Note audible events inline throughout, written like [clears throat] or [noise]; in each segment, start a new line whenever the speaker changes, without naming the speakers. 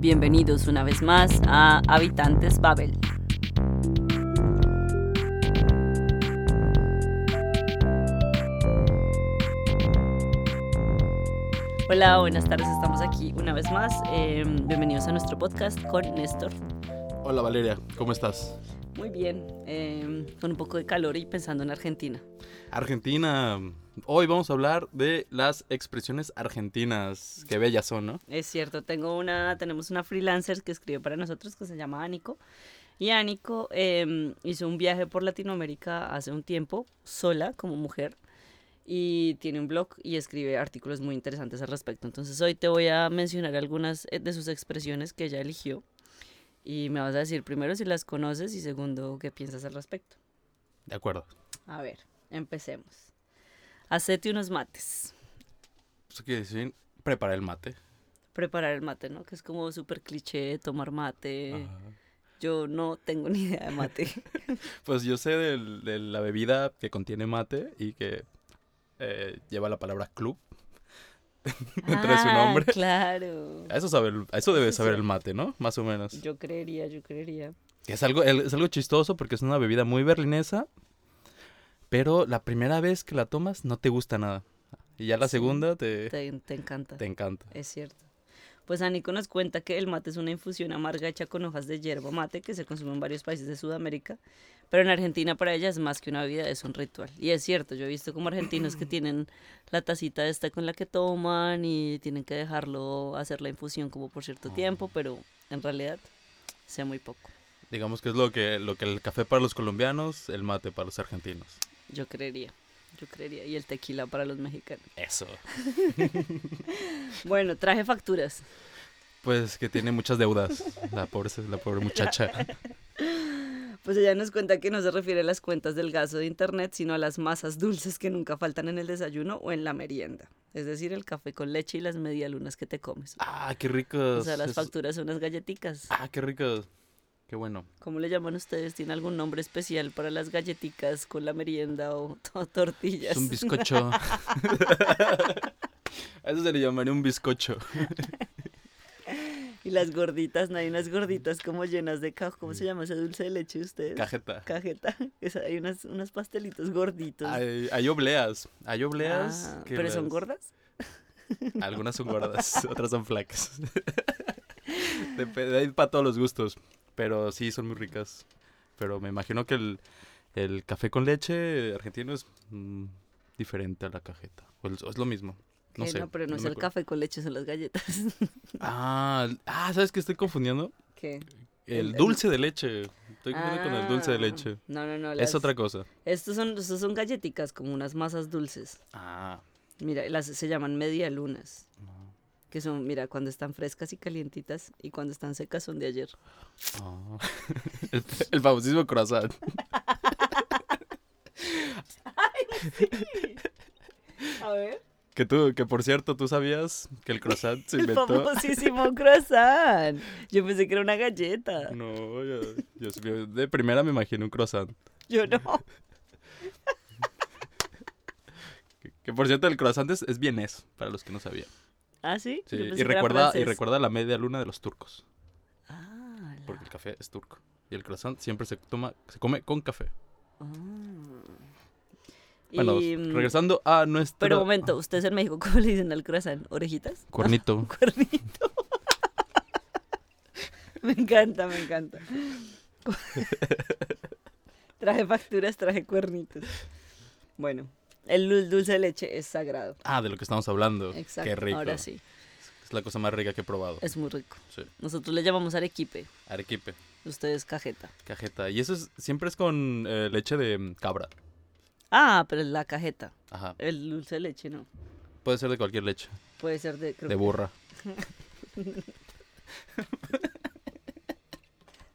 Bienvenidos una vez más a Habitantes Babel. Hola, buenas tardes, estamos aquí una vez más. Eh, bienvenidos a nuestro podcast con Néstor.
Hola Valeria, ¿cómo estás?
Muy bien, eh, con un poco de calor y pensando en Argentina.
Argentina. Hoy vamos a hablar de las expresiones argentinas. Qué bellas son, ¿no?
Es cierto, tengo una, tenemos una freelancer que escribe para nosotros que se llama Ánico. Y Ánico eh, hizo un viaje por Latinoamérica hace un tiempo, sola, como mujer. Y tiene un blog y escribe artículos muy interesantes al respecto. Entonces hoy te voy a mencionar algunas eh, de sus expresiones que ella eligió. Y me vas a decir primero si las conoces y segundo qué piensas al respecto.
De acuerdo.
A ver, empecemos. Hacete unos mates.
Pues quiere decir preparar el mate.
Preparar el mate, ¿no? Que es como súper cliché, tomar mate.
Ajá.
Yo no tengo ni idea de mate.
Pues yo sé del- de la bebida que contiene mate y que eh, lleva la palabra club entre su
Ah,
nombre.
Claro.
A eso, sabe el- a eso debe
Eso
saber
sí.
el mate, ¿no? Más o menos.
Yo creería, yo creería.
Que Es algo, el- es algo chistoso porque es una bebida muy berlinesa, pero la primera vez que la tomas no te gusta nada. Y ya la
Sí,
segunda te,
Te, te encanta.
te encanta.
Es cierto. Pues Anico nos cuenta que el mate es una infusión amarga hecha con hojas de hierba mate que se consume en varios países de Sudamérica, pero en Argentina para ella es más que una bebida, es un ritual. Y es cierto, yo he visto como argentinos que tienen la tacita esta con la que toman y tienen que dejarlo hacer la infusión como por cierto tiempo, pero en realidad sea muy poco.
Digamos que es lo que, lo que el café para los colombianos, el mate para los argentinos.
Yo creería, yo creería. Y el tequila para los mexicanos.
Eso.
Bueno, traje facturas.
Pues que tiene muchas deudas, la pobre, la
[laughs]
pobre muchacha.
Pues ella nos cuenta que no se refiere a las cuentas del gasto de internet, sino a las masas dulces que nunca faltan en el desayuno o en la merienda. Es decir, el café con leche y las medialunas que te comes.
Ah, qué rico.
O sea, las facturas son unas galletitas.
Ah, qué rico. Qué bueno.
¿Cómo le llaman ustedes? ¿Tiene algún nombre especial para las galletitas con la merienda o [laughs] to- tortillas?
Es
[laughs]
un bizcocho. A eso se le llamaría un bizcocho.
y las gorditas, no hay unas gorditas como llenas de cajo. ¿Cómo se llama ese dulce de leche de ustedes?
Mm. Cajeta.
Cajeta. [laughs] Esa- hay unas, unos pastelitos gorditos.
Hay, hay obleas. Hay obleas.
Ah,
que
¿Pero son
las-
gordas?
Algunas son gordas, [laughs] otras son flacas. Depende, hay para todos los gustos. Pero sí, son muy ricas. Pero me imagino que el, el café con leche argentino es mm, diferente a la cajeta. O el- o es lo mismo. No
Eh,
sé.
no, pero no, es
me
el
acuerdo.
café con leche, son las galletas. [laughs]
Ah, ah, ¿sabes qué estoy confundiendo?
¿Qué? El-
El,
el-
dulce de leche. Estoy confundiendo con el dulce de
Ah,
leche.
No, no, no.
Es
las-
otra cosa.
Estos son, estos son galletitas, como unas masas dulces.
Ah,
Mira, las se llaman medialunas.
no.
Que son, mira, cuando están frescas y calientitas y cuando están secas son de ayer. Oh.
Ah. [laughs] El, el famosísimo corazón.
A ver.
Que tú, que por cierto, tú sabías
[laughs]
que el croissant [laughs] se
El
inventó.
famosísimo
[laughs]
croissant. Yo pensé que era una galleta.
No, yo, yo sí, yo [laughs] de primera me imagino un croissant.
Yo no.
Que, que, por cierto, el croissant es, es vienés, para los que no sabían.
¿Ah, sí?
Sí,
Yo pensé
y,
que era
recuerda, y
francés.
recuerda la media luna de los turcos,
Ah, la-
porque el café es turco. Y el croissant siempre se, toma, se come con café.
ah.
Bueno,
Y, mm,
regresando a nuestro...
Pero un momento, ¿ustedes en México [laughs] cómo le dicen al croissant? ¿Orejitas? [laughs]
[laughs] Cuernito.
cuernito. [laughs] me encanta, me encanta. [laughs] traje facturas, traje cuernitos. Bueno, el dul- dulce de leche es sagrado.
Ah, de lo que estamos hablando.
Exacto.
Qué rico.
Ahora sí,
Es la cosa más rica que he probado.
es muy rico.
Sí.
Nosotros le llamamos arequipe,
Arequipe,
ustedes cajeta.
cajeta. Y eso es- siempre es con eh, leche de mm, cabra.
Ah, pero es la cajeta.
Ajá.
El dulce de leche no.
Puede ser de cualquier leche.
Puede ser de, creo
De
que
[laughs] burra.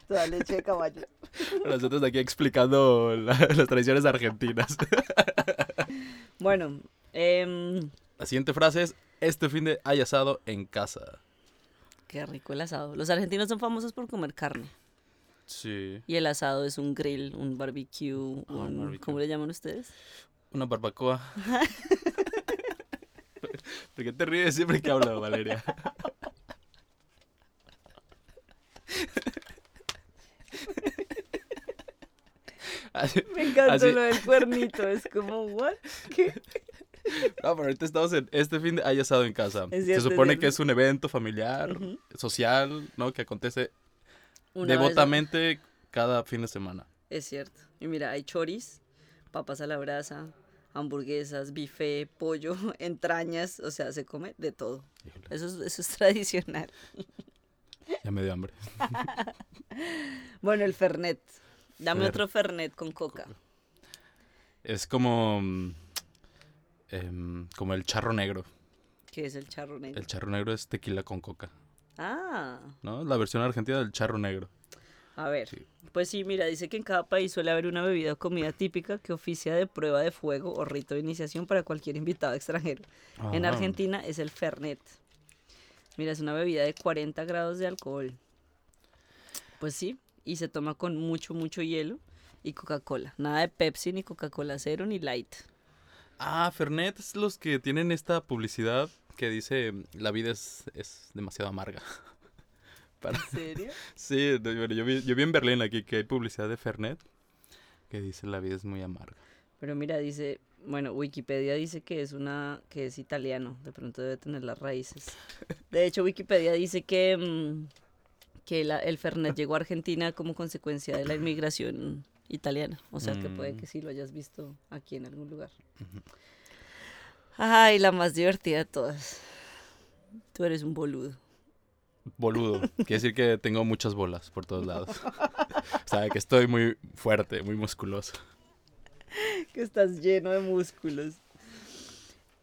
toda leche de
[laughs]
caballo.
Nosotros aquí explicando la- [laughs] las tradiciones argentinas.
Bueno, em,
La siguiente frase es, este fin de hay asado en casa.
qué rico el asado. Los argentinos son famosos por comer carne.
Sí.
Y el asado es un grill, un barbecue,
Ah,
un-
barbecue.
¿cómo le llaman ustedes?
Una [laughs] barbacoa. ¿Por qué te ríes siempre que hablo, Valeria? [laughs] Así-
Me encantó
Así-
lo del cuernito. Es como, ¿what? ¿Qué?
No, pero ahorita estamos en este fin de hay asado en casa.
Es cierto,
Se
es
supone que
cierto.
es un evento familiar,
Ujú.
social, ¿no? Que acontece
Una vez-
devotamente cada fin de semana.
Es cierto. Y mira, hay choris, papas a la brasa, hamburguesas, bife, pollo, [laughs] entrañas. O sea, se come de todo.
Híjole,
Eso es, eso es tradicional.
ya me dio hambre.
Bueno, el Fernet. Dame
Fer-
otro Fernet con coca.
Es como. mm, em, como el charro negro.
Que es el charro negro.
El charro negro es tequila con coca,
Ah,
¿no? La versión argentina del charro negro.
a ver.
Sí.
Pues sí, mira, dice que en cada país suele haber una bebida o comida típica que oficia de prueba de fuego o rito de iniciación para cualquier invitado extranjero. En
Ajá.
Argentina es el Fernet. Mira, es una bebida de 40 grados de alcohol. Pues sí, y se toma con mucho, mucho hielo y Coca-Cola. Nada de Pepsi, ni Coca-Cola cero, ni light.
Ah, Fernet es los que tienen esta publicidad que dice "Mm, la vida es, es demasiado amarga. [laughs] Para-
¿En serio?
Sí, de- bueno, yo vi, yo vi en Berlín aquí que hay publicidad de Fernet que dice la vida es muy amarga.
Pero mira, dice, bueno, Wikipedia dice que es una, que es italiano, de pronto debe tener las raíces. De hecho, Wikipedia dice que, mm, que la- el Fernet llegó a Argentina como consecuencia de la inmigración italiana. O sea que puede que
Mm.
sí lo hayas visto aquí en algún lugar. Ay, la más divertida de todas. Tú eres un boludo.
Boludo. Quiere decir que tengo muchas bolas por todos lados. o sea, que estoy muy fuerte, muy musculoso.
que estás lleno de músculos.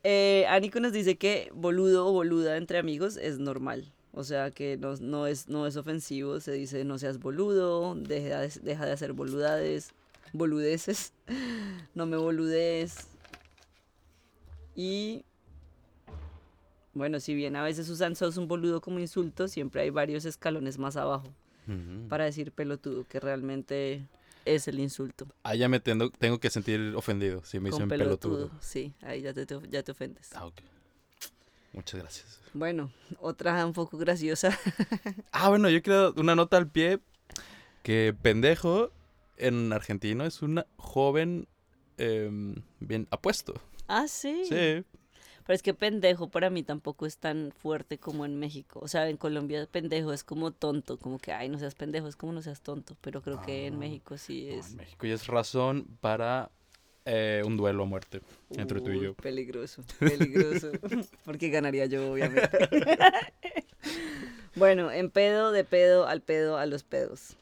Eh, Anico nos dice que boludo o boluda entre amigos es normal. O sea que no, no es, no es ofensivo, se dice no seas boludo, deja de, deja de hacer boludades, boludeces, [laughs] no me boludes. Y bueno, si bien a veces usan sos un boludo como insulto, siempre hay varios escalones más abajo
Ujú.
para decir pelotudo, que realmente es el insulto.
Ah, ya me tengo, tengo que sentir ofendido si me
Con
dicen
pelotudo.
pelotudo.
Sí, ahí ya te, te- ya te ofendes.
Ah, ok. Muchas gracias.
Bueno, otra un poco graciosa. [laughs]
Ah, bueno, yo quiero una nota al pie que pendejo en argentino es un joven em, bien apuesto.
Ah, sí.
Sí.
Pero es que pendejo para mí tampoco es tan fuerte como en México. O sea, en Colombia pendejo es como tonto, como que, ay, no seas pendejo, es como no seas tonto. Pero creo que en
Ah.
México sí
No,
es
en México y es razón para eh, un duelo a muerte entre tú y
Uy,
yo. [laughs]
Peligroso, peligroso. [laughs] porque ganaría yo, obviamente. bueno, en pedo, de pedo, al pedo, a los pedos.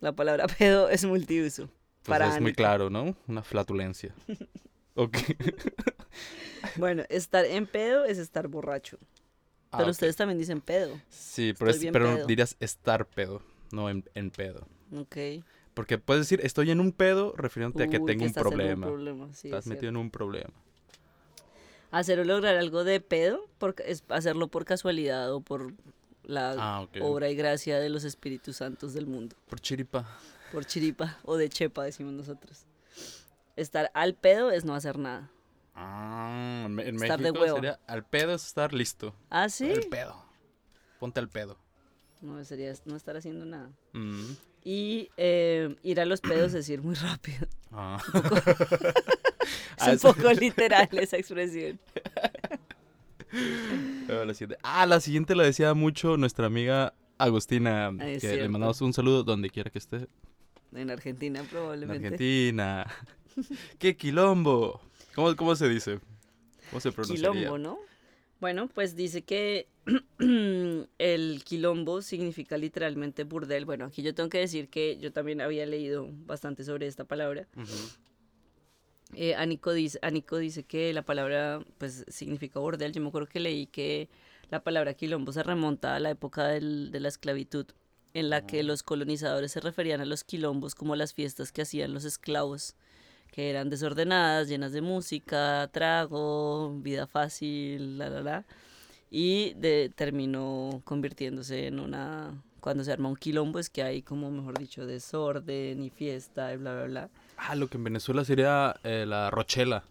La palabra [laughs] pedo es multiuso.
Pues
para
es muy
Anita.
claro, ¿no?
[laughs]
Una flatulencia. ok.
Bueno, estar en pedo es estar borracho.
Ah,
Pero
ok.
ustedes también dicen pedo.
Sí,
Estoy
pero, es-
bien
pero
pedo.
dirías estar pedo, no en, en pedo.
Ok.
Porque puedes decir estoy en un pedo refiriéndote a que
Uy,
tengo un
estás en
problema.
problema, sí,
Estás
es
metido en un problema.
cierto. Hacer o lograr algo de pedo por ca- es hacerlo por casualidad o por la
Ah, ok.
obra y gracia de los espíritus santos del mundo.
Por chiripa.
Por chiripa o de chepa, decimos nosotros. Estar al pedo es no hacer nada.
Ah, en Me- en
Estar de
México
hueva.
sería al pedo es estar listo.
¿Ah, sí?
Al pedo. Ponte al pedo.
No, sería no estar haciendo nada.
Mm.
Y eh, ir a los pedos es ir muy
[clears throat]
rápido.
Ah. [laughs]
Es
Ah,
un
es-
poco
[laughs]
literal esa expresión.
Luego la siguiente. Ah, la siguiente la decía mucho nuestra amiga Agustina.
Ah, es
que le
cierto.
mandamos un saludo donde quiera que esté.
En Argentina
En
probablemente. [laughs]
Argentina. ¡Qué quilombo! ¿Cómo, cómo se dice? ¿Cómo se pronunciaría?
quilombo, ¿no? Bueno, pues dice que [clears throat] el quilombo significa literalmente burdel. Bueno, aquí yo tengo que decir que yo también había leído bastante sobre esta palabra.
Ujú.
Eh, Anico, dice, Anico dice que la palabra pues significa burdel. Yo me acuerdo que leí que la palabra quilombo se remonta a la época del- de la esclavitud, en la que los colonizadores se referían a los quilombos como las fiestas que hacían los esclavos, que eran desordenadas, llenas de música, trago, vida fácil, la, la, la. Y de- terminó convirtiéndose en una... Cuando se arma un quilombo es que hay como, mejor dicho, desorden y fiesta y bla, bla, bla.
Ah, lo que en Venezuela sería eh, la rochela.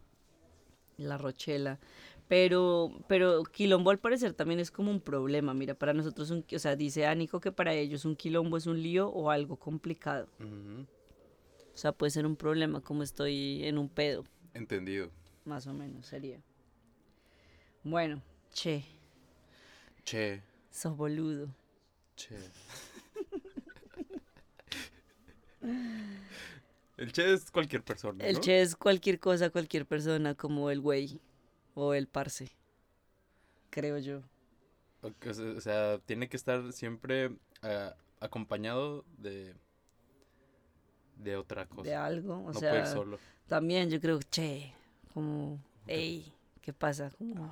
La Rochela. Pero, pero quilombo al parecer también es como un problema. Mira, para nosotros, un, o sea, dice Ánico que para ellos un quilombo es un lío o algo complicado. O sea, puede ser un problema como estoy en un pedo,
Entendido.
más o menos sería. Bueno, che,
Che,
sos boludo.
che. [laughs] El che es cualquier persona.
El
¿no?
che es cualquier cosa, cualquier persona, como el güey o el parce, creo yo.
O que se- O sea, tiene que estar siempre ah, acompañado de, de otra cosa.
De algo, o
no puede ir
sea,
solo.
también yo creo, che, como, hey, ¿qué pasa? Como,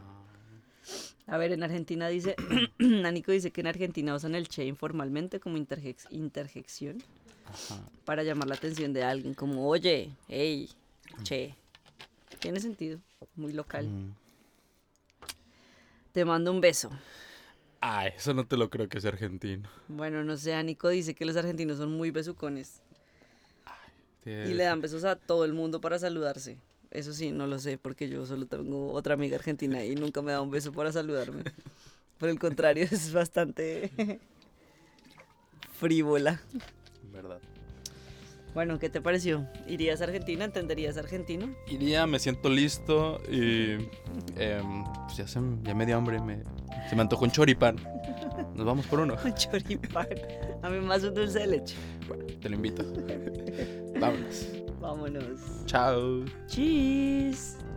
Ah.
a ver, en Argentina dice, [clears throat] Nanico dice que en Argentina usan el che informalmente como interjex- interjección
Ajá.
para llamar la atención de alguien, como, oye, hey, che. Tiene sentido, muy local.
Mm.
Te mando un beso.
Ah, eso no te lo creo que sea argentino.
Bueno, no sé, Nico dice que los argentinos son muy besucones
Tiene-
y le dan besos a todo el mundo para saludarse. Eso sí, no lo sé, porque yo solo tengo otra amiga argentina y nunca me da un beso para saludarme. Por el contrario, [laughs] es bastante frívola.
Verdad.
Bueno, ¿qué te pareció? ¿Irías a Argentina? ¿Entenderías argentino?
Iría, me siento listo y. em, pues ya, se, ya me dio hambre. me- se me antojó
[laughs]
un choripán. Nos vamos por uno.
Choripán. A mí más un dulce de leche.
Bueno, te lo invito. Vámonos.
Vámonos.
Chao.
Cheese.